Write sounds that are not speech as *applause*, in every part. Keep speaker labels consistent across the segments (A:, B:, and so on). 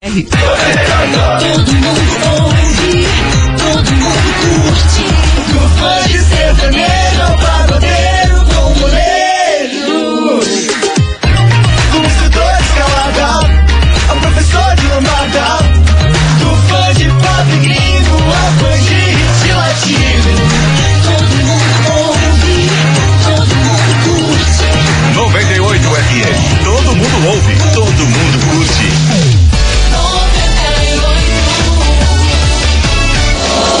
A: live.
B: Todo mundo ouve, todo mundo curte. Do fã de sertanejo ao pagodeiro com molejo. Do instrutor de escalada ao professor de lombada. Do fã de pop gringo ao fã de hit latino. Todo mundo ouve, todo mundo curte.
C: 98 FM. Todo mundo ouve, todo mundo curte.
B: 98, 98.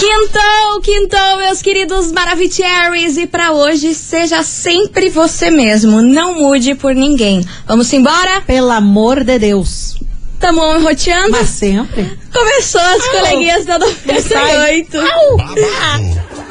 A: Quintou, quintou, meus queridos Maravicheries. E pra hoje, seja sempre você mesmo. Não mude por ninguém. Vamos embora?
D: Pelo amor de Deus.
A: Tamo roteando?
D: Mas sempre.
A: Começou as
D: Au.
A: coleguinhas da 98.
C: Babado,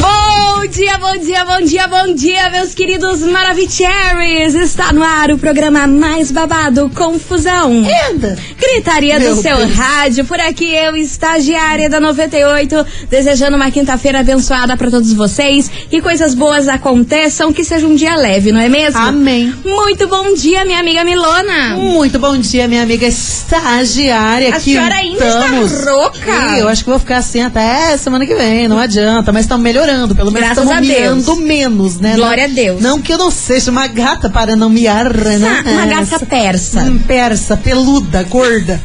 A: Bom dia, bom dia, bom dia, bom dia, meus queridos Maravicheries. Está no ar o programa mais babado, Confusão.
D: Anda.
A: Gritaria
D: Meu
A: do seu
D: Deus.
A: rádio. Por aqui eu, estagiária da 98, desejando uma quinta-feira abençoada pra todos vocês. Que coisas boas aconteçam, que seja um dia leve, não é mesmo?
D: Amém.
A: Muito bom dia, minha amiga Milona.
D: Muito bom dia, minha
A: *laughs*
D: amiga estagiária.
A: A
D: que
A: senhora ainda está
D: estamos.
A: rouca.
D: Ih, eu acho que vou ficar assim até semana que vem, não adianta. Mas estamos melhorando, pelo menos
A: Graças
D: estamos
A: a Deus.
D: miando menos, né?
A: Glória
D: Não-
A: a Deus.
D: Não que eu não seja uma gata para não miar, né?
A: Sa- uma gata persa.
D: Hum, persa, peluda,
A: *laughs*
D: gorda.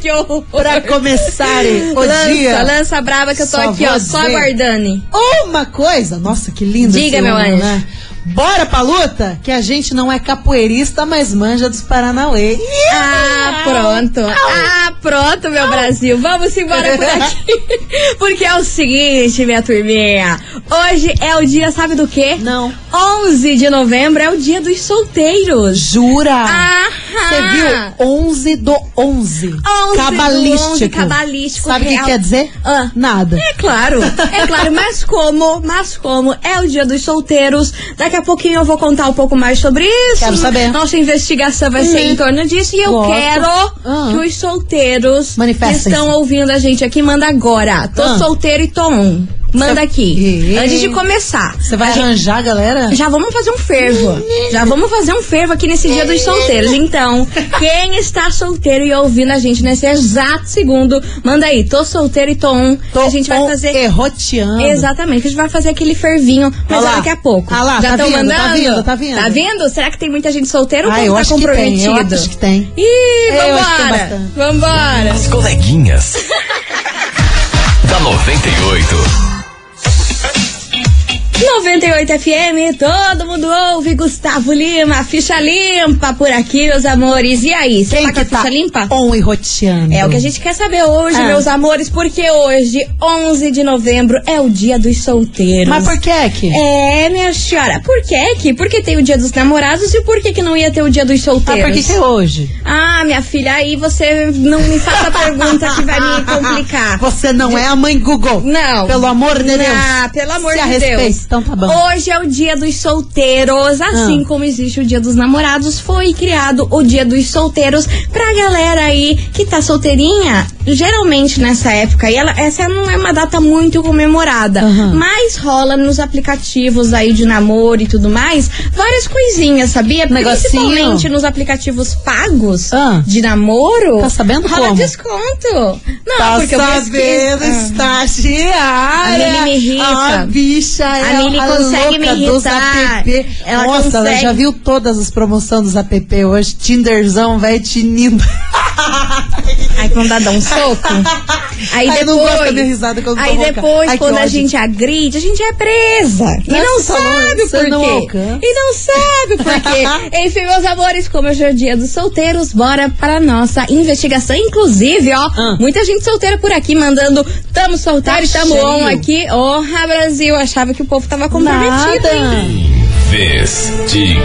A: que horror.
D: Pra começar o
A: lança,
D: dia.
A: lança brava que eu tô
D: Só
A: aqui, ó,
D: vou
A: só
D: dizer.
A: aguardando.
D: Uma coisa, nossa, que lindo.
A: Diga,
D: esse
A: meu
D: homem,
A: anjo.
D: Né? Bora pra luta, que a gente não é capoeirista, mas manja dos Paranauê.
A: Ah, pronto. Ah, pronto, meu Brasil. Vamos embora por
D: *laughs*
A: aqui. Porque é o seguinte, minha turminha. Hoje é o dia, sabe do quê?
D: Não.
A: 11 de novembro é o dia dos solteiros.
D: Jura?
A: Ah,
D: Você viu? 11 do 11.
A: 11
D: cabalístico.
A: do 11, cabalístico,
D: Sabe o que
A: real.
D: quer dizer?
A: Ah.
D: Nada.
A: É claro, é
D: *laughs*
A: claro, mas como, mas como é o dia dos solteiros, daqui a pouquinho eu vou contar um pouco mais sobre isso.
D: Quero saber.
A: Nossa investigação vai ser
D: Uhum.
A: em torno disso e eu
D: Gosto.
A: quero
D: Ah.
A: que os solteiros que
D: Manifestem-se.
A: estão ouvindo a gente aqui, manda agora. Tô
D: Ah.
A: solteiro e tô um. Manda
D: Cê-
A: aqui.
D: Ih.
A: Antes de começar.
D: Você vai
A: A gente-
D: arranjar, galera?
A: já vamos fazer um fervo. Já vamos fazer um fervo aqui nesse dia dos solteiros. Então, quem está solteiro e ouvindo a gente nesse exato segundo, manda aí, tô solteiro e tô um. que a gente vai
D: on-
A: fazer.
D: Erroteando.
A: Exatamente, que a gente vai fazer aquele fervinho, mas é
D: Olha lá.
A: daqui a pouco.
D: Ah lá,
A: Já
D: tá
A: estão
D: vindo,
A: mandando?
D: tá vindo, tá vindo.
A: Será que tem muita gente solteira ou
D: Ah,
A: quem
D: eu
A: tá
D: acho que tem,
A: comprometido?
D: eu acho que tem.
A: Ih,
D: É, Eu acho que tem
A: vambora!
D: bastante.
A: Vambora!
E: As coleguinhas. da 98.
A: 98 FM, todo mundo ouve, Gustavo Lima, ficha limpa por aqui, meus amores. E aí, você
D: Quem
A: tá com a
D: que tá
A: ficha limpa?
D: on erroteando?
A: É o que a gente quer saber hoje,
D: Ah.
A: meus amores, porque hoje, 11 de novembro, é o dia dos solteiros.
D: Mas por que é que?
A: É, minha senhora, por que que? Porque tem o dia dos namorados e por que que não ia ter o dia dos
D: ah,
A: solteiros?
D: por que que é hoje?
A: Ah, minha filha, aí você não me
D: *laughs*
A: faça pergunta que vai me complicar.
D: Você não é a mãe Google.
A: Não.
D: Pelo amor de Deus.
A: Ah, pelo amor
D: Se
A: de
D: a respeito,
A: Deus.
D: então tá bom. Ah.
A: Hoje é o dia dos solteiros, assim como existe o dia dos namorados, foi criado o dia dos solteiros pra galera aí que tá solteirinha. Geralmente nessa época, e ela, essa não é uma data muito comemorada,
D: Aham.
A: mas rola nos aplicativos aí de namoro e tudo mais, várias coisinhas, sabia?
D: Um Negocinho.
A: Principalmente nos aplicativos pagos
D: Ah.
A: de namoro.
D: Tá sabendo
A: rola
D: como?
A: desconto. Não,
D: tá
A: porque eu
D: sabendo,
A: pesquiso. Ah.
D: estagiária.
A: A Mili me irrita.
D: A bicha é
A: A Mili
D: a
A: consegue
D: louca
A: me
D: dos
A: irritar.
D: app.
A: Ela
D: Nossa, ela
A: consegue.
D: já viu todas as promoções dos app hoje. Tinderzão, vai tinindo.
A: Aí quando dá, dá um soco. Aí
D: Ai, eu
A: depois.
D: não gosto da minha risada quando
A: aí
D: tô rouca.
A: depois,
D: Ai, que
A: quando a
D: ódio.
A: gente agride, a gente é presa. E não
D: Nossa,
A: sabe
D: Luana,
A: o
D: você tá não
A: porquê.
D: alcança.
A: E não sabe o
D: *laughs*
A: porquê. Enfim, meus amores, como hoje é o dia dos solteiros, bora pra nossa investigação. Inclusive, ó,
D: Ah. Tá
A: muita gente solteira por aqui mandando tamo soltar e tamo
D: cheio.
A: on aqui. Honra, Brasil. Achava que o povo tava comprometido, hein?
D: Nada.
E: Investigação.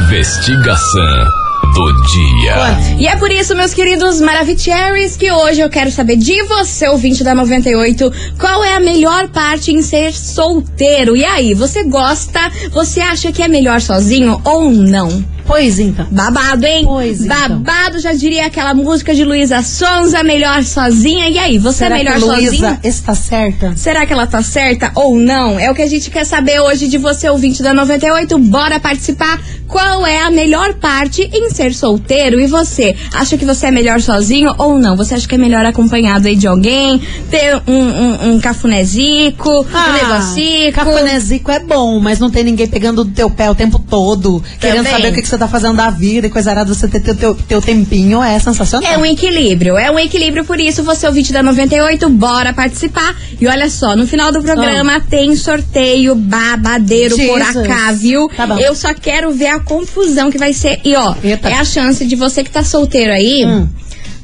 E: Investigação do dia.
A: E é por isso, meus queridos Maravicheries, que hoje eu quero saber de você, ouvinte da 98, qual é a melhor parte em ser solteiro. E aí, você gosta? Você acha que é melhor sozinho ou não?
D: Pois então.
A: Babado, hein?
D: Pois então.
A: Babado, já diria aquela música de Luísa Sonza, melhor sozinha. E aí, você
D: Será
A: é melhor
D: que a
A: sozinho?
D: Luísa está certa?
A: Será que ela tá certa ou não? É o que a gente quer saber hoje de você, ouvinte da 98. Bora participar! Qual é a melhor parte em ser solteiro? E você? Acha que você é melhor sozinho ou não? Você acha que é melhor acompanhado aí de alguém? Ter um, um, um cafunézico,
D: Ah,
A: um negocico?
D: cafunézico é bom, mas não tem ninguém pegando do teu pé o tempo todo, querendo saber o que, que você tá fazendo da vida e coisa arada, você ter teu, teu, teu tempinho é sensacional.
A: É um equilíbrio, é um equilíbrio, por isso você é ouvinte da 98, bora participar. E olha só, no final do programa tem sorteio babadeiro por
D: Ah. Jesus.
A: acá, viu?
D: Tá bom.
A: Eu só quero ver a confusão que vai ser. E ó,
D: Eita. Hum.
A: é a chance de você que tá solteiro aí,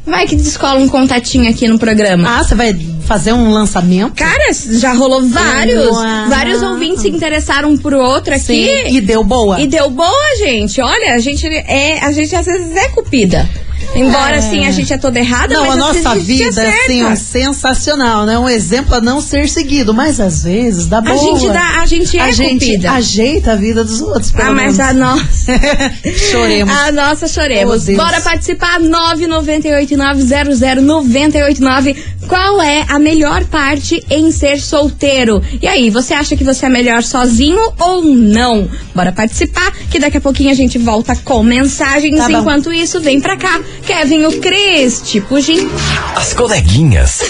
A: vai que descola um contatinho aqui no programa.
D: Ah, você vai fazer um lançamento?
A: Cara, já rolou vários.
D: Uau.
A: Vários ouvintes se interessaram um pro outro aqui.
D: E deu boa.
A: E deu boa, gente. Olha, a gente é, a gente às vezes é cupida. Embora
D: É.
A: assim a gente é toda errada,
D: Não,
A: mas
D: a
A: às vezes
D: nossa
A: gente
D: vida
A: acerta.
D: assim, ó, sensacional, né? Um exemplo a não ser seguido, mas às vezes dá boa.
A: A gente dá, a gente é
D: a gente
A: cupida.
D: ajeita a vida dos outros, pelo
A: Ah, mas
D: menos.
A: a
D: *laughs*
A: nossa.
D: Choremos.
A: A Ah, nossa
D: Oh,
A: choremos.
D: Deus.
A: Bora participar 998900989. Qual é a melhor parte em ser solteiro? E aí, você acha que você é melhor sozinho ou não? Bora participar, que daqui a pouquinho a gente volta com mensagens.
D: Tá bom.
A: Enquanto isso, vem pra cá. Kevin o Cris, tipo Gin.
E: As coleguinhas.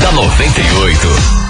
E: da 98.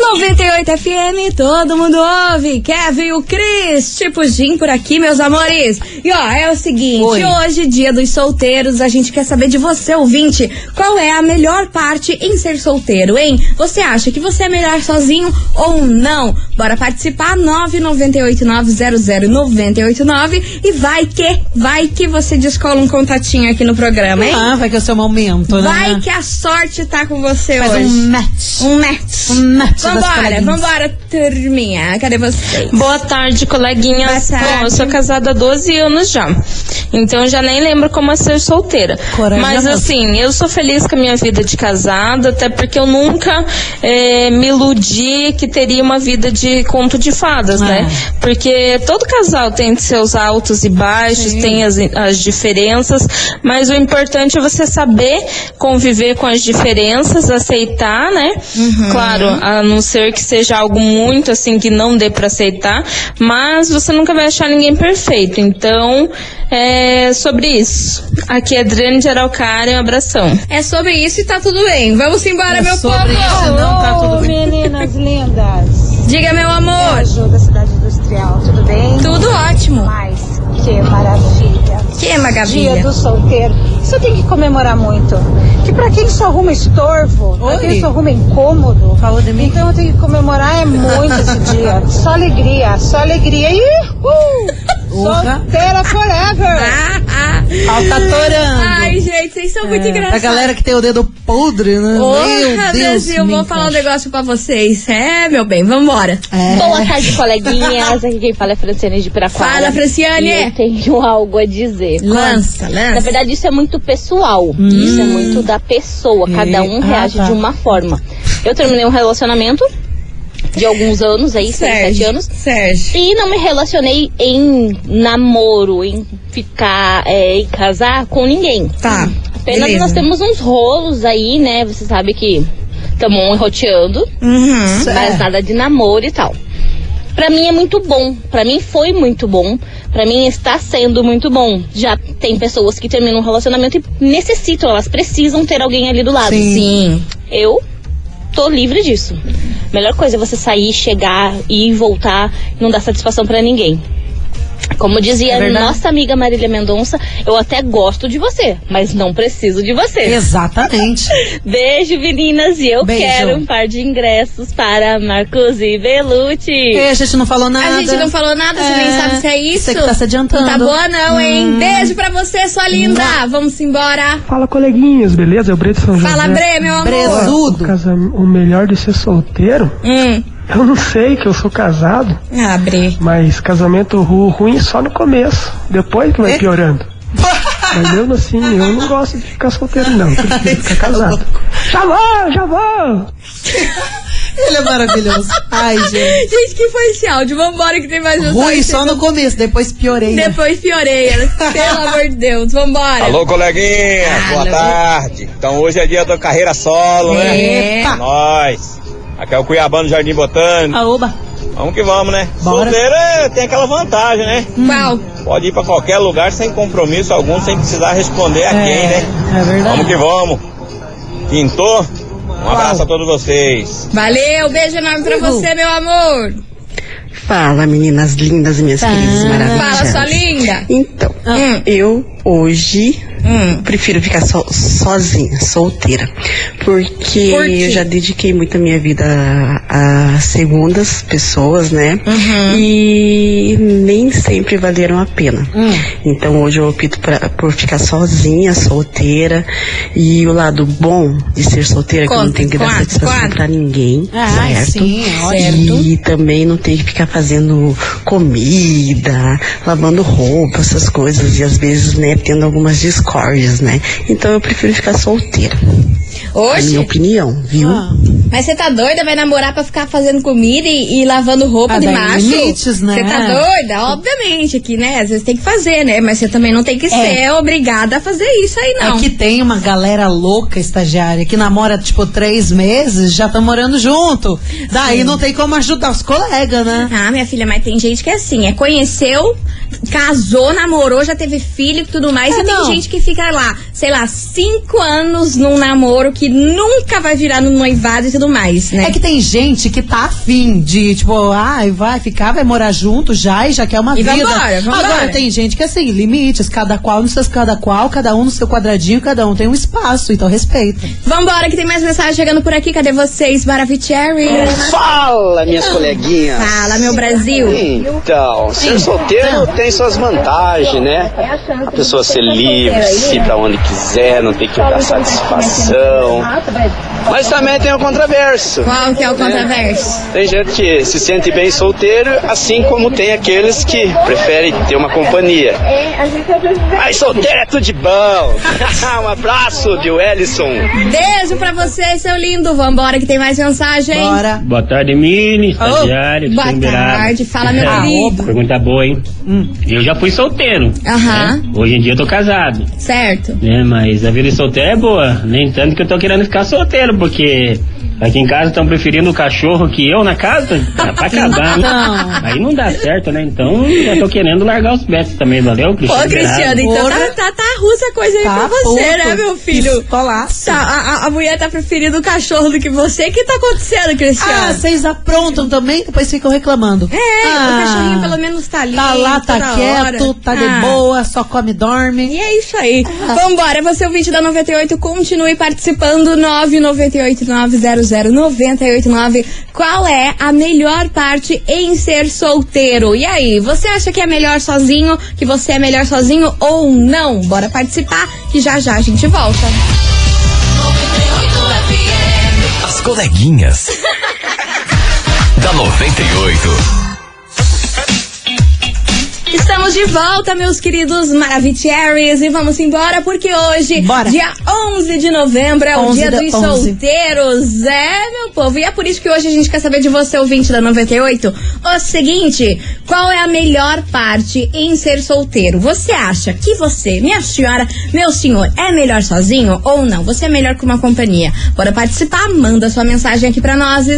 A: 98 FM, todo mundo ouve. Kevin, o Cris, tipo Jim por aqui, meus amores. E ó, é o seguinte,
D: Oi.
A: hoje, dia dos solteiros, a gente quer saber de você, ouvinte, qual é a melhor parte em ser solteiro, hein? Você acha que você é melhor sozinho ou não? Bora participar, 998900989 e vai que, vai que você descola um contatinho aqui no programa, hein?
D: Ah, vai que é o seu momento, né?
A: Vai que a sorte tá com você
D: Faz
A: hoje.
D: um match.
A: Um match.
D: Um match das
A: Vambora,
D: coleguinhas.
A: vambora, turminha. Cadê vocês?
F: Boa tarde, coleguinhas.
A: Boa tarde.
F: Bom, eu sou casada há 12 anos já. Então já nem lembro como é ser solteira.
D: Coragem
F: Mas
D: é
F: assim, eu sou feliz com a minha vida de casada, até porque eu nunca eh, me iludi que teria uma vida de conto de fadas,
D: Ah.
F: né? Porque todo casal tem seus altos e baixos, tem as, as diferenças, mas o importante é você saber conviver com as diferenças, aceitar, né?
A: Uhum.
F: Claro, a não ser que seja algo muito assim que não dê pra aceitar, mas você nunca vai achar ninguém perfeito. Então, é sobre isso. Aqui é Adriane de Araucária, um abração.
A: É sobre isso e tá tudo bem. Vamos embora,
D: É
A: meu
D: sobre
A: povo.
D: isso, não tá tudo bem.
G: Meninas lindas,
A: Diga, meu amor.
G: Ju da Cidade Industrial, tudo bem?
A: Tudo ótimo.
G: Mas que maravilha.
A: Que
G: Dia
A: maravilha.
G: do solteiro. Isso tem que comemorar muito. Que pra quem só arruma estorvo, pra
D: Oi.
G: quem só arruma incômodo,
D: Falou de mim?
G: então tem que comemorar é muito
D: *laughs*
G: esse dia. Só alegria, só alegria e uh,
D: Urra.
G: solteira forever.
A: Ah, ah.
D: Falta torando.
A: Ai, gente, vocês são muito
D: É. A
A: engraçados.
D: galera que tem o dedo podre, né? Meu
A: Porra,
D: Deus,
A: Brasil,
D: me
A: vou falar um
D: encaixa.
A: negócio pra vocês. É, meu bem, vambora.
D: É.
H: Boa tarde, coleguinhas. Aqui quem fala é Franciane de Piraquara.
A: Fala, Franciane.
H: E eu tenho algo a dizer.
A: Lança,
H: Na
A: lança. Hum.
H: verdade, isso é muito pessoal. Isso é muito da pessoa. Cada um
D: Ah,
H: reage
D: tá.
H: de uma forma. Eu terminei um relacionamento de alguns anos aí, seis, sete
A: Sérgio,
H: anos.
A: Sérgio.
H: E não me relacionei em namoro, em ficar, é, em casar com ninguém.
A: Tá.
H: Apenas
A: beleza.
H: nós temos uns rolos aí, né? Você sabe que estamos roteando
A: Uhum.
H: mas nada de namoro e tal. Pra mim é muito bom, pra mim foi muito bom, pra mim está sendo muito bom. Já tem pessoas que terminam um relacionamento e necessitam, elas precisam ter alguém ali do lado.
A: Sim.
H: Eu tô livre disso. Melhor coisa é você sair, chegar ir e voltar, não dar satisfação pra ninguém. Como
D: É
H: dizia nossa amiga Marília Mendonça, eu até gosto de você, mas não preciso de você.
D: Exatamente.
H: *laughs* Beijo, meninas, e eu
D: Beijo.
H: quero um par de ingressos para Marcos e Belucci.
D: E a gente não falou nada.
A: A gente não falou nada, você
D: É,
A: nem sabe se é isso.
D: você que tá se adiantando. Hum.
A: Não tá boa não, hein? Beijo pra você, sua linda. Vamos embora.
I: Fala coleguinhas, beleza? É o Breto São José.
A: Fala, Bre, meu amor.
D: Presudo.
I: Casa, o melhor de ser solteiro
A: Hum. Ah,
I: Eu não sei que eu sou casado,
A: Abre.
I: mas casamento ru- ruim é só no começo. Depois que vai piorando. Mas mesmo assim, eu não gosto de ficar solteiro, não. Eu Prefiro ficar casado. Já vou, já vou!
D: Ele é maravilhoso.
A: *laughs*
D: Ai, gente.
A: Gente, que foi esse áudio? Vambora que tem mais um
D: Ruim
A: áudio.
D: só no começo, depois piorei. né?
A: Depois piorei. Pelo amor de Deus, vambora.
J: Alô, coleguinha, boa tarde. Então hoje é dia da carreira solo, né?
D: Epa.
J: Nós. Aqui é o Cuiabano Jardim Botânico.
K: Ah,
D: Aoba.
J: Vamos que vamos, né?
D: Bora.
J: Solteiro é, tem aquela vantagem, né?
A: Hum. Qual?
J: Pode ir pra qualquer lugar sem compromisso algum, sem precisar responder a quem, né?
D: É
J: Vamos
D: verdade.
J: que vamos. Quintou? Um abraço a todos vocês.
A: Valeu, beijo enorme pra você, meu amor.
L: Fala, meninas lindas, minhas
A: Tá.
L: queridas
A: Fala,
L: maravilhosas.
A: sua linda.
L: Então,
A: Hum.
L: eu hoje
A: Hum.
L: prefiro ficar so- sozinha, solteira. Porque
A: Por quê?
L: eu já dediquei muito a minha vida a, a segundas pessoas, né?
A: Uhum.
L: E nem sempre valeram a pena. Então hoje eu opto pra- por ficar sozinha, solteira. E o lado bom de ser solteira é que eu não
A: Conta,
L: tenho que dar
A: conta,
L: satisfação
A: conta.
L: pra ninguém.
D: Ah,
L: certo?
D: sim, ótimo.
L: E também não tem que ficar fazendo comida, lavando roupa, essas coisas. E às vezes, né, tendo algumas discórdias, né? Então eu prefiro ficar solteira. É a
A: Oxe,
L: minha opinião, viu?
D: Ah.
A: mas você tá doida? Vai namorar pra ficar fazendo comida e, e lavando roupa
D: Ah,
A: de
D: daí
A: macho?
D: limites, né?
A: Você tá doida? Obviamente que, né? Às vezes tem que fazer, né? Mas você também não
D: É.
A: tem que ser obrigada a fazer isso aí, não.
D: Aqui tem uma galera louca, estagiária, que namora, tipo, três meses, já tá morando junto. Daí não tem como ajudar os colegas, né?
A: Ah, minha filha, mas tem gente que é assim, é conheceu, casou, namorou, já teve filho e tudo mais.
D: É,
A: e tem
D: não.
A: gente que fica lá, sei lá, cinco anos num namoro que nunca vai virar no noivado e tudo mais, né?
D: É que tem gente que tá afim de, tipo, ai, vai ficar, vai morar junto já e já quer uma
A: E
D: vida.
A: vambora, vambora.
D: Agora tem gente que assim, limites, cada qual no seu cada qual, cada um no seu quadradinho, cada um tem um espaço, então respeita.
A: Vambora, que tem mais mensagem chegando por aqui. Cadê vocês, Maravicherry?
B: Fala, minhas coleguinhas.
A: Fala, meu Brasil.
J: Então, ser solteiro tem suas vantagens,
A: É
J: né? A pessoa ser livre, se ir pra onde quiser, não ter que dar satisfação. Mas também tem o controverso.
A: Qual que é o controverso?
J: Tem gente que se sente bem solteiro, assim como tem aqueles que preferem ter uma companhia. Mas solteiro é tudo de bom. *laughs* um abraço de Wellison.
A: Beijo pra você, seu lindo. Vambora, que tem mais mensagem.
D: Bora.
I: Boa tarde, Mini, estagiário. Ah,
A: Boa tarde, fala, meu querido. Hum.
I: Pergunta boa, hein? Eu já fui solteiro.
A: Aham,
I: Hoje em dia eu tô casado.
A: certo.
I: É, mas a vida de solteiro é boa. Nem tanto que eu tô querendo ficar solteiro, porque aqui em casa estão preferindo o cachorro que eu na casa pra pra acabar, né? Aí não dá certo, né? Então já tô querendo largar os betos também, valeu,
A: Ô,
I: Cristiano?
A: Cristiano, então tá, tá, tá russa a coisa aí pra você,
D: puto.
A: né, meu filho?
D: Pistolaço.
A: Tá, a, a- a mulher tá preferindo o cachorro do que você. O que tá acontecendo,
D: Ah,
A: Cristiano?
D: vocês aprontam também, depois ficam reclamando.
A: é, o
D: Ah,
A: cachorrinho pelo menos tá ali.
D: Tá lá, tá
A: toda
D: quieto,
A: hora.
D: tá
A: Ah,
D: de boa, só come e dorme.
A: E é isso aí. Vambora, você é o vídeo da 98, continue participando. 998900989. Qual é a melhor parte em ser solteiro? E aí, você acha que é melhor sozinho, que você é melhor sozinho ou não? Bora participar que já já a gente volta.
E: As coleguinhas. da 98.
A: Estamos de volta, meus queridos Maravicheries, e vamos embora porque hoje,
D: Bora.
A: dia 11 de novembro, é o
D: 11
A: dia
D: da-
A: dos
D: 11.
A: solteiros. É, meu povo, e é por isso que hoje a gente quer saber de você, ouvinte da 98, o seguinte: qual é a melhor parte em ser solteiro? Você acha que você, minha senhora, meu senhor, é melhor sozinho ou não? Você é melhor com uma companhia? Bora participar? Manda sua mensagem aqui pra nós,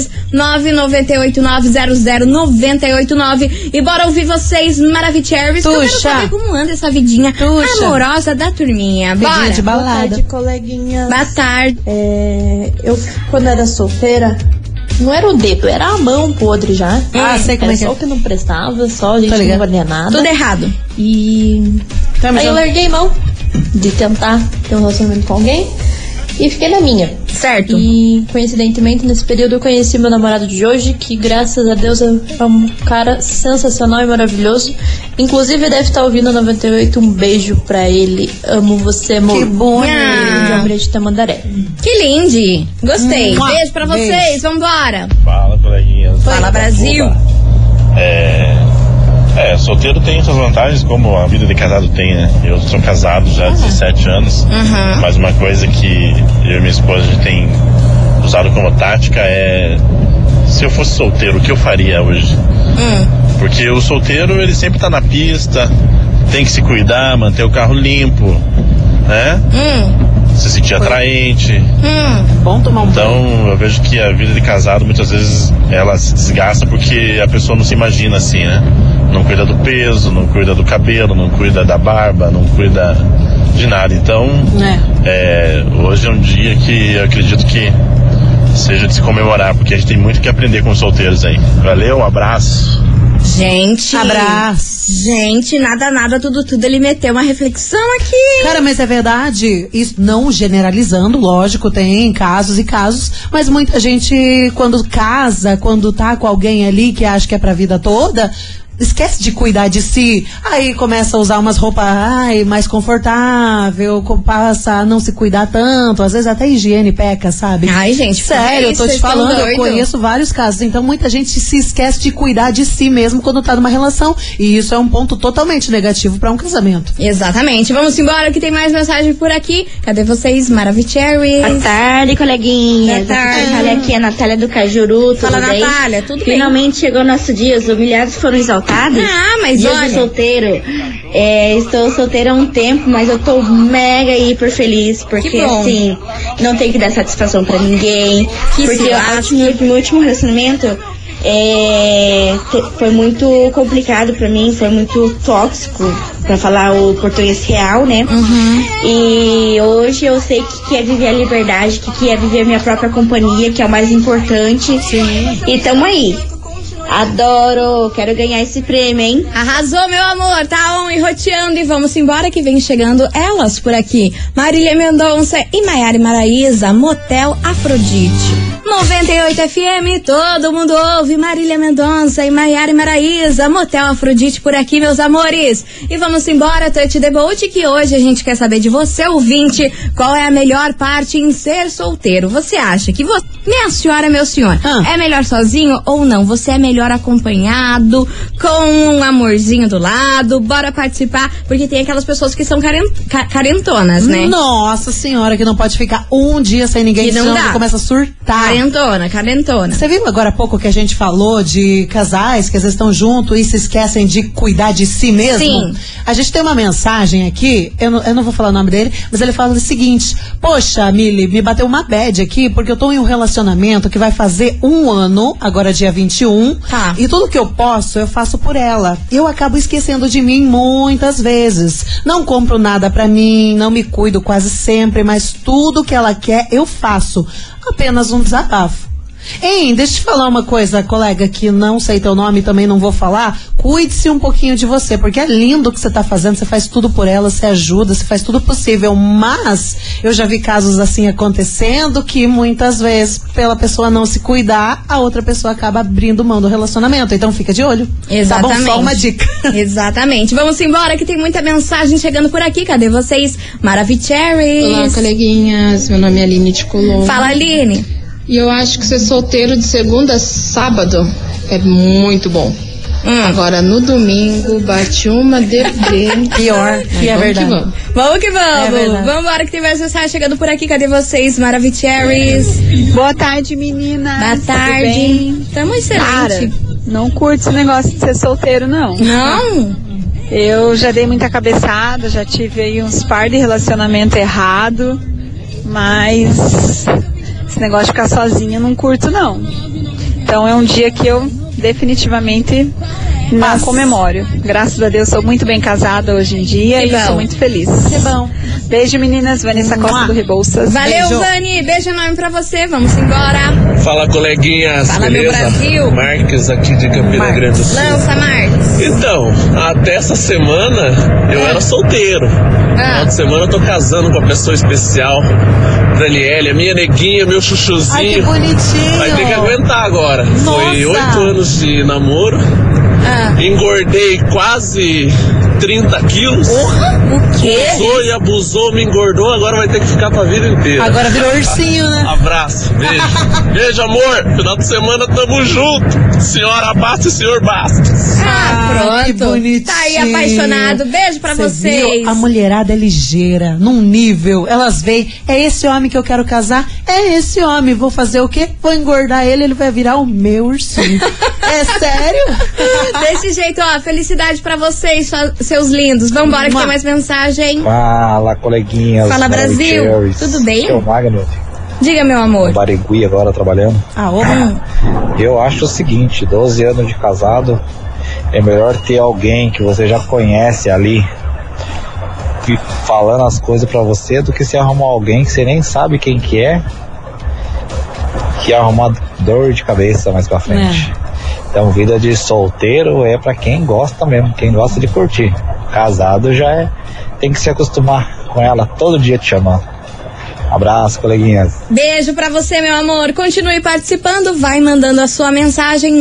A: 998900989 e bora ouvir vocês, Maravicheries. que Eu quero
D: Tuxa.
A: saber como anda essa vidinha
D: Tuxa.
A: amorosa da turminha.
D: Vidinha
A: Bora.
D: de balada.
G: coleguinha.
A: Boa tarde.
G: É, eu, quando era solteira, não era o dedo, era a mão podre já.
D: Ah, sei como
H: Era
D: é que
H: só
D: é.
H: o que não prestava, só
D: Tô
H: gente que
D: ligado.
H: não valia nada.
A: Tá Tudo errado.
H: E
A: Tá,
D: Tamo
H: aí eu
D: junto.
H: larguei mão de tentar ter um relacionamento com alguém e fiquei na minha.
A: Certo.
H: E coincidentemente, nesse período eu conheci meu namorado de hoje, que graças a Deus é um cara sensacional e maravilhoso. Inclusive, ele deve estar ouvindo a 98. Um beijo pra ele. Amo você, amor.
D: Que bom,
A: Ah,
D: hein?
A: Câmara
H: de Tamandaré.
A: Que lindo! Gostei. Hum, Beijo pra vocês, Beijo. vambora.
M: Fala, coleguinhas.
A: Fala, Brasil.
M: É. É, solteiro tem suas vantagens, como a vida de casado tem, né? Eu sou casado já há uhum. 17 anos, uhum. mas uma coisa que eu e minha esposa a gente tem usado como tática é se eu fosse solteiro, o que eu faria hoje? Uhum. Porque o solteiro, ele sempre tá na pista, tem que se cuidar, manter o carro limpo, né? Se sentir atraente.
D: Bom tomar um
M: Então, eu vejo que a vida de casado, muitas vezes, ela se desgasta porque a pessoa não se imagina assim, né? não cuida do peso, não cuida do cabelo, não cuida da barba, não cuida de nada. Então, é. É, hoje é um dia que eu acredito que seja de se comemorar, porque a gente tem muito que aprender com os solteiros aí. Valeu, um abraço.
A: Gente.
D: Abraço.
A: Gente, nada, nada, tudo, tudo. Ele meteu uma reflexão aqui.
D: Cara, mas é verdade. Isso não generalizando, lógico, tem casos e casos. Mas muita gente, quando casa, quando tá com alguém ali que acha que é pra vida toda, esquece de cuidar de si. Aí começa a usar umas roupas ai, mais confortável, passa a não se cuidar tanto. Às vezes até a higiene peca, sabe?
A: Ai, gente,
D: sério, é isso, eu tô te falando, eu conheço vários casos. Então muita gente se esquece de cuidar de si mesmo quando tá numa relação. E isso é um ponto totalmente negativo para um casamento.
A: Exatamente. Vamos embora que tem mais mensagem por aqui. Cadê vocês, Maravicherry?
K: Boa tarde, coleguinha.
A: Boa tarde.
K: Olha é aqui a Natália do Cajuru. Tudo
A: Fala,
K: bem?
A: Natália. Tudo
K: Finalmente
A: bem?
K: chegou nosso dia. Os humilhados foram exaltados.
A: Ah, mas
K: Dia
A: olha.
K: solteiro. É, estou solteira há um tempo, mas eu tô mega hiper feliz, porque assim, não tem que dar satisfação para ninguém.
A: Que
K: porque eu acho que meu, meu último relacionamento é, foi muito complicado para mim, foi muito tóxico, para falar o português real, né?
A: Uhum.
K: E hoje eu sei que, que é viver a liberdade, que, que é viver a minha própria companhia, que é o mais importante.
A: Sim.
K: E tamo aí. Adoro! Quero ganhar esse prêmio, hein?
A: Arrasou, meu amor! Tá on e roteando e vamos embora que vem chegando elas por aqui. Marília Mendonça e Maiara Maraíza, Motel Afrodite. 98 FM, todo mundo ouve. Marília Mendonça e Maiara Maraíza, Motel Afrodite por aqui, meus amores. E vamos embora, Touch the Boat, que hoje a gente quer saber de você, ouvinte, qual é a melhor parte em ser solteiro. Você acha que você, minha senhora, meu senhor, ah. é melhor sozinho ou não? Você é melhor melhor acompanhado, com um amorzinho do lado. Bora participar, porque tem aquelas pessoas que são caren, ca, carentonas, né?
D: Nossa senhora, que não pode ficar um dia sem ninguém,
A: que não dá.
D: começa a surtar.
A: Carentona, carentona.
D: Você viu agora há pouco que a gente falou de casais que às vezes estão juntos e se esquecem de cuidar de si mesmo?
A: Sim.
D: A gente tem uma mensagem aqui, eu não, eu não vou falar o nome dele, mas ele fala o seguinte: Poxa, Mili, me bateu uma bad aqui, porque eu tô em um relacionamento que vai fazer um ano, agora dia 21,
A: Tá.
D: E tudo que eu posso, eu faço por ela. Eu acabo esquecendo de mim muitas vezes. Não compro nada para mim, não me cuido quase sempre, mas tudo que ela quer, eu faço. Apenas um desabafo. Hein, deixa eu te falar uma coisa, colega, que não sei teu nome também não vou falar. Cuide-se um pouquinho de você, porque é lindo o que você está fazendo, você faz tudo por ela, você ajuda, você faz tudo possível. Mas eu já vi casos assim acontecendo que muitas vezes, pela pessoa não se cuidar, a outra pessoa acaba abrindo mão do relacionamento. Então fica de olho.
A: Exatamente. Tá
D: bom? Só uma dica.
A: *laughs*
D: *laughs*
A: Exatamente. Vamos embora que tem muita mensagem chegando por aqui. Cadê vocês? Maravicherry.
N: Olá, coleguinhas. Meu nome é Aline de Colombo.
A: Fala, Aline.
N: E eu acho que ser solteiro de segunda a sábado é muito bom. Hum. Agora no domingo bate uma
A: *laughs*
N: deprê.
D: Pior, que é verdade.
A: vamos. vamos que vamos. É vamos embora que tem mais mensagem chegando por aqui. Cadê vocês, Maravicheries?
O: Boa tarde, meninas.
A: Boa tarde. Tamo excelente. Cara,
O: não curto esse negócio de ser solteiro, não.
A: Não?
O: Eu já dei muita cabeçada, já tive aí uns par de relacionamento errado, mas esse negócio de ficar sozinha não curto não. Então é um dia que eu definitivamente não Mas... comemoro. Graças a Deus sou muito bem casada hoje em dia que e bom. sou muito feliz.
A: Que bom.
O: Beijo meninas, Vanessa Costa Mua. do Rebouças.
A: Valeu beijo. Vani, beijo enorme pra você, vamos embora.
P: Fala coleguinhas,
A: Fala,
P: beleza?
A: Brasil.
P: Marques aqui de Campina Marques. Grande do Sul.
A: Lança Marques.
P: Então, até essa semana eu é. era solteiro. Ah. No final de semana eu tô casando com uma pessoa especial. Daniele, minha neguinha, meu chuchuzinho.
A: Ai, que bonitinho.
P: Vai ter que aguentar agora.
A: Nossa.
P: Foi oito anos de namoro.
A: Ah.
P: Engordei quase 30 quilos.
A: O quê?
P: Usou e abusou, me engordou, agora vai ter que ficar pra vida inteira.
D: Agora virou ursinho, né?
P: Abraço,
A: *laughs*
P: beijo. beijo, amor. Final de semana tamo junto. Senhora Basta e senhor Bastos.
A: Ah,
D: que
A: pronto.
D: bonitinho.
A: Tá aí apaixonado. Beijo pra
D: Cê
A: vocês.
D: viu? A mulherada é ligeira, num nível. Elas veem, é esse homem que eu quero casar, é esse homem. Vou fazer o quê? Vou engordar ele, ele vai virar o meu
A: *laughs*
D: ursinho. é sério?
A: Desse jeito, ó, felicidade pra vocês, sua- seus lindos. Vambora que tem mais mensagem.
Q: Fala, coleguinhas.
A: Fala, Brasil.
Q: Maravicheries.
A: Tudo bem?
Q: Aqui é o Magno,
A: Diga, meu
Q: no
A: amor.
Q: Barigui agora trabalhando.
D: Ah, ô.
Q: Eu acho o seguinte, 12 anos de casado, é melhor ter alguém que você já conhece ali e falando as coisas pra você do que se arrumar alguém que você nem sabe quem que é que arrumar dor de cabeça mais pra
A: É.
Q: frente. Então vida de solteiro é pra quem gosta mesmo, quem gosta de curtir. Casado já é, tem que se acostumar com ela todo dia te chamando. Abraço, coleguinhas.
A: Beijo pra você, meu amor. Continue participando, vai mandando a sua mensagem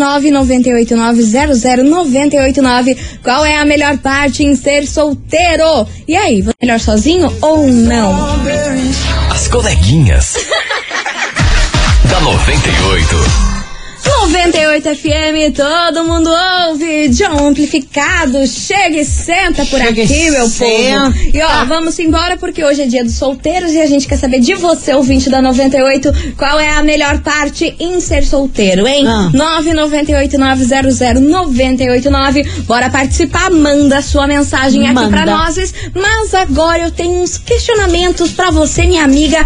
A: 998900989. Qual é a melhor parte em ser solteiro? E aí, você é melhor sozinho ou não?
E: As coleguinhas. da 98.
A: 98 FM, todo mundo ouve. John Amplificado, chega e senta por
D: Chega e
A: aqui, meu
D: senta.
A: povo. E ó, vamos embora porque hoje é dia dos solteiros e a gente quer saber de você, ouvinte da 98, qual é a melhor parte em ser solteiro, hein?
D: Ah.
A: 998900989. Bora participar, manda sua mensagem aqui pra
D: Manda.
A: nós. Mas agora eu tenho uns questionamentos pra você, minha amiga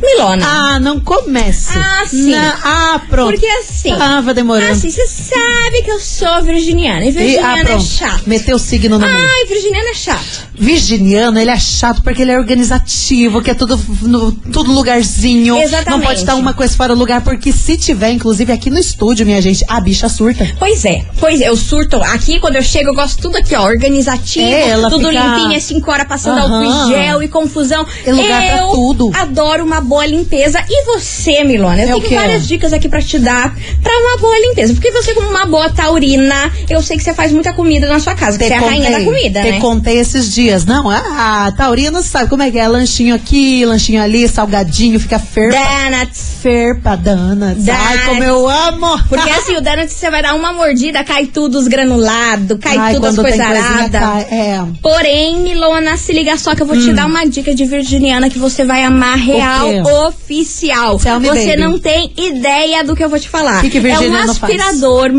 A: Milona.
D: Ah, não comece.
A: Ah, sim.
D: Não, ah, pronto.
A: Porque assim.
D: Tava demorando.
A: Assim, você sabe que eu sou virginiana. E virginiana
D: ah,
A: é
D: pronto.
A: chato.
D: Meteu o signo no meio.
A: Ai, virginiana é chato.
D: Virginiano, ele é chato porque ele é organizativo, que é tudo no tudo lugarzinho.
A: Exatamente.
D: Não pode estar uma coisa fora do lugar, porque se tiver, inclusive aqui no estúdio, minha gente, a bicha surta.
A: Pois é, pois é, eu surto. Aqui, quando eu chego, eu gosto tudo aqui, ó, organizativo,
D: É, ela
A: tudo
D: fica-
A: limpinho, é 5 horas passando
D: Aham.
A: álcool em gel e confusão.
D: É lugar
A: eu
D: pra tudo.
A: adoro uma boa limpeza. E você, Milona? Eu
D: É o
A: tenho
D: quê?
A: várias dicas aqui pra te dar pra uma boa limpeza. Porque você, como uma boa taurina, eu sei que você faz muita comida na sua casa, que você é a rainha da comida,
D: te
A: né?
D: contei esses dias. Não, a, a Taurina sabe como é que é. Lanchinho aqui, lanchinho ali, salgadinho, fica ferpa.
A: Donuts.
D: Ferpa, donuts. Ai, como eu amo.
A: né? Porque assim, o donut você vai dar uma mordida, cai tudo os granulados, cai
D: Ai,
A: tudo as
D: quando tem
A: coisas
D: coisinha,
A: aradas.
D: cai, é. Hum.
A: Porém, Milona, se liga só que eu vou te dar uma dica de virginiana que você vai amar
D: quê?
A: real oficial.
D: Tell me,
A: você
D: baby.
A: não tem ideia do que eu vou te falar.
D: Que que
A: é um
D: virginiano faz? Ah.
A: aspirador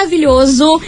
A: maravilhoso.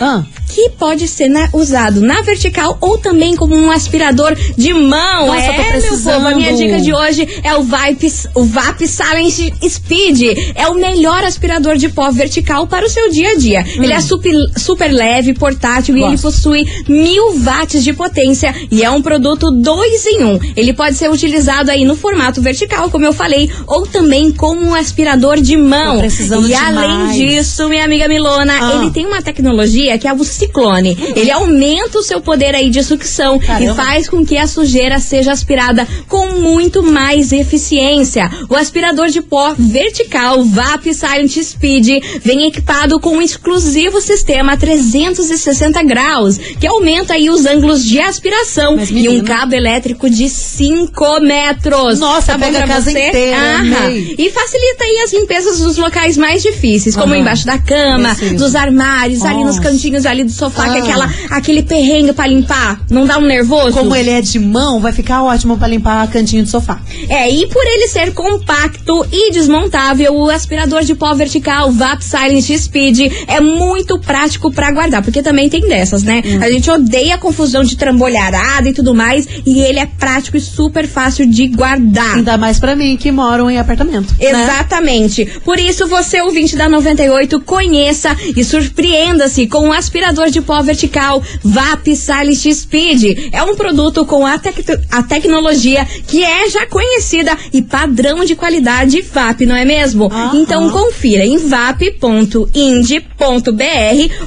A: Que pode ser na- usado na vertical ou também como um aspirador de mão.
D: Nossa,
A: é,
D: tô
A: meu povo, a minha
D: precisando.
A: dica de hoje é o, Vipes, o VAP Silence Speed. É o melhor aspirador de pó vertical para o seu dia a dia. Ele
D: Hum.
A: é super, super leve, portátil e ele possui mil watts de potência e é um produto dois em um. Ele pode ser utilizado aí no formato vertical, como eu falei, ou também como um aspirador de mão.
D: Tô precisando
A: e além
D: demais.
A: disso, minha amiga Milona,
D: Ah.
A: ele Então, tem uma tecnologia que é o ciclone. Ele aumenta o seu poder aí de sucção e
D: Caramba.
A: faz faz com que a sujeira seja aspirada com muito mais eficiência. O aspirador de pó vertical VAP Silent Speed vem equipado com um exclusivo sistema 360 graus, que aumenta aí os ângulos de aspiração e um cabo elétrico de 5 metros. Tá
D: Nossa,
A: bom
D: pega a
A: pra
D: casa
A: você?
D: inteira,
A: Aham.
D: amei.
A: E facilita aí as limpezas dos locais mais difíceis, como
D: Aham.
A: embaixo da cama,
D: Preciso.
A: dos armários, ali nos
D: Nossa.
A: cantinhos ali do sofá, que é
D: Ah.
A: aquela, aquele perrengue pra limpar. Não dá um nervoso?
D: Como ele é de mão, vai ficar ótimo pra limpar cantinho do sofá.
A: É, e por ele ser compacto e desmontável, o aspirador de pó vertical VAP Silent Speed é muito prático pra guardar, porque também tem dessas, né?
D: Hum.
A: A gente odeia a confusão de trambolharada e tudo mais, e ele é prático e super fácil de guardar.
D: Ainda mais pra mim, que moram em apartamento. né?
A: Exatamente. Por isso, você, ouvinte da 98, conheça e surpreenda-se com o aspirador de pó vertical VAP Silent Speed. É um produto com a, tec- a tecnologia que é já conhecida e padrão de qualidade VAP, não é mesmo? então, confira em vap.ind.br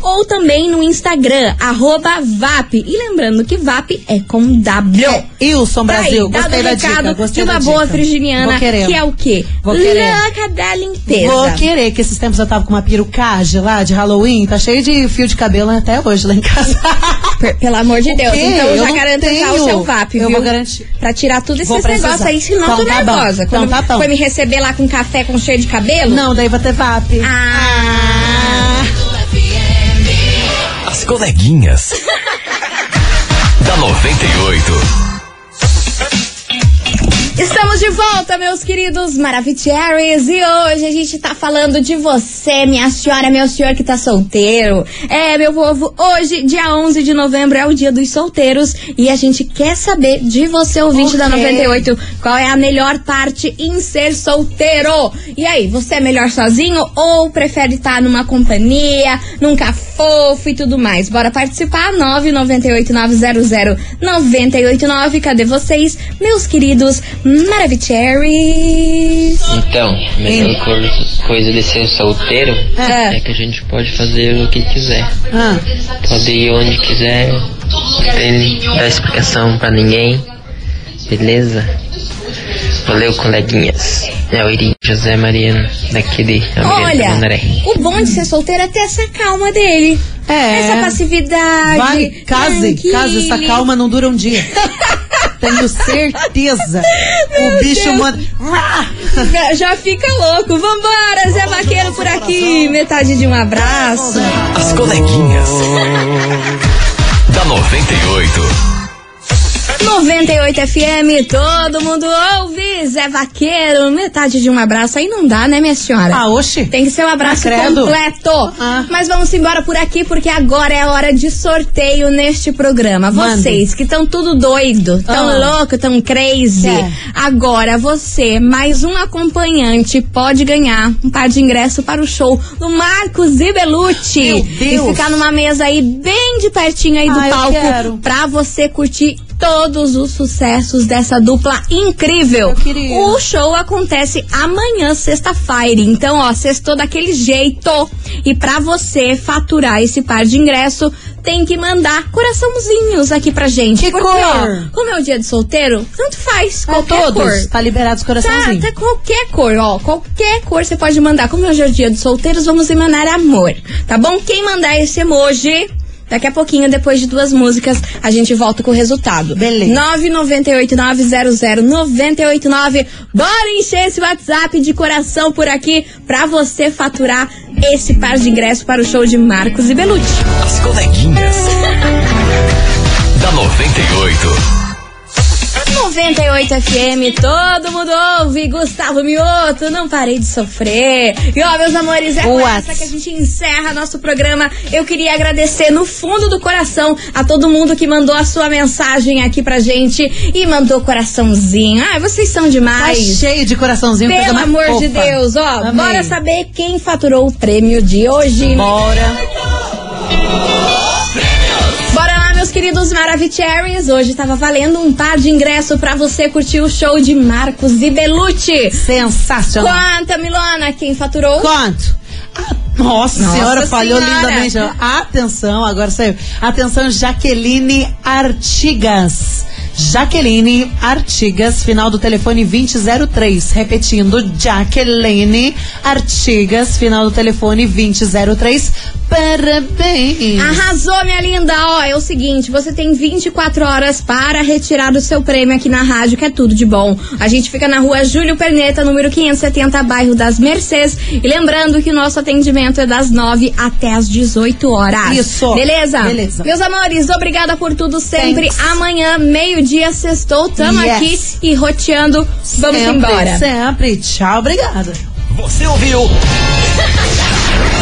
A: ou também no Instagram, arroba VAP. E lembrando que VAP é com W.
D: Ilson
A: Tá aí,
D: Brasil,
A: dado
D: gostei
A: o
D: da
A: recado
D: dica. Gostei
A: de uma
D: da
A: boa
D: dica.
A: virginiana,
D: Vou querer.
A: que é o quê?
D: Vou querer.
A: Louca da limpeza.
D: Vou querer, que esses tempos eu tava com uma perucagem lá de Halloween, tá cheio de fio de cabelo até hoje lá em casa.
A: *laughs* Pelo amor de Deus, então já garanto já o seu VAP,
D: Eu
A: viu?
D: vou garantir.
A: Pra tirar tudo esse
D: Vou
A: negócio
D: precisar.
A: aí, senão
D: Então
A: tô
D: tá bom.
A: nervosa.
D: Então
A: Quando
D: tá bom.
A: foi me receber lá com café com cheio de cabelo?
D: Não, daí vai ter VAP.
A: Ah!
E: As coleguinhas. da 98.
A: Estamos de volta, meus queridos Maravicheries, e hoje a gente tá falando de você, minha senhora, meu senhor que tá solteiro. É, meu povo, hoje, dia 11 de novembro, é o dia dos solteiros e a gente quer saber de você, ouvinte da
D: Ok.
A: 98, qual é a melhor parte em ser solteiro. E aí, você é melhor sozinho ou prefere estar numa companhia, num cafofo e tudo mais? Bora participar, 998-900-989, cadê vocês, meus queridos Maravicheries?
R: Então, a melhor
A: Sim.
R: cor- coisa de ser solteiro
A: É.
R: é. que a gente pode fazer o que quiser.
A: Ah.
R: Pode ir onde quiser, não tem dar explicação pra ninguém. Beleza? Valeu, coleguinhas. É o Iri José Mariano, daqui de Almirante
A: Olha,
R: Tamandaré.
A: o bom de ser solteiro é ter essa calma dele. É. Essa passividade.
D: Vai, case,
A: tranquilo.
D: case, essa calma não dura
A: *laughs*
D: um dia. Tenho certeza. o bicho
A: Deus.
D: manda.
A: Já- Já fica louco. Vambora, Zé Vaqueiro por aqui. Metade de um abraço.
E: As coleguinhas. da 98.
A: 98 FM, todo mundo ouve. Zé Vaqueiro, metade de um abraço. Aí não dá, né, minha senhora?
D: Ah, oxi.
A: Tem que ser um abraço
D: Ah, credo. Ah.
A: completo. Mas vamos embora por aqui, porque agora é a hora de sorteio neste programa.
D: Manda.
A: Vocês que estão tudo doido, tão
D: Ah.
A: louco, tão crazy.
D: É.
A: Agora você, mais um acompanhante, pode ganhar um par de ingresso para o show do Marcos Ibelucci.
D: Deus.
A: E ficar numa mesa aí bem de pertinho aí do
D: Ah, eu
A: palco
D: quero.
A: pra você curtir todos os sucessos dessa dupla incrível. O show acontece amanhã, sexta-feira. Então, ó, sextou daquele jeito. E pra você faturar esse par de ingresso, tem que mandar coraçãozinhos aqui pra gente.
D: Que
A: Porque,
D: cor?
A: ó, como é o dia de solteiro, tanto faz. Qualquer
D: todos.
A: cor.
D: Tá liberado os
A: Tá,
D: coraçãozinhos.
A: tá qualquer cor, ó. Qualquer cor você pode mandar. Como hoje é o dia dos solteiros, vamos emanar amor. Tá bom? Quem mandar esse emoji. Daqui a pouquinho, depois de duas músicas, a gente volta com o resultado. Beleza. 998-900-989. Bora encher esse WhatsApp de coração por aqui pra você faturar esse par de ingresso para o show de Marcos e Belucci.
E: As coleguinhas. da 98.
A: 98 FM, todo mundo ouve, Gustavo Mioto, não parei de sofrer. E ó, meus amores, é com essa que a gente encerra nosso programa. Eu queria agradecer no fundo do coração a todo mundo que mandou a sua mensagem aqui pra gente e mandou coraçãozinho. Ah, vocês são
D: Tá
A: demais.
D: cheio de coraçãozinho. coisa
A: Pelo
D: mais
A: amor
D: fofa.
A: de Deus, ó,
D: Amei.
A: bora saber quem faturou o prêmio de hoje.
D: Bora.
A: Bora lá, meus queridos Maravicheries. Hoje tava valendo um par de ingresso pra você curtir o show de Marcos e Belucci.
D: Sensacional.
A: Conta, Milona, quem faturou? Ah,
D: Quanto? Nossa,
A: Nossa
D: senhora, falhou
A: Senhora.
D: lindamente. Atenção, agora saiu. Atenção, Jaqueline Artigas. Jaqueline Artigas, final do telefone 2003. Repetindo, Jaqueline Artigas, final do telefone 2003. Parabéns.
A: Arrasou, minha linda! Ó, é o seguinte, você tem 24 horas para retirar o seu prêmio aqui na rádio, que é tudo de bom. A gente fica na rua Júlio Perneta, número 570, bairro das Mercês. E lembrando que o nosso atendimento é das 9 até as 18 horas.
D: Isso.
A: Beleza?
D: Beleza.
A: Meus amores, obrigada por tudo sempre. Amanhã, meio-dia, sextou, tamo
D: Yes.
A: aqui e roteando. Vamos
D: Sempre,
A: embora.
D: Sempre. Tchau, obrigada.
E: Você ouviu?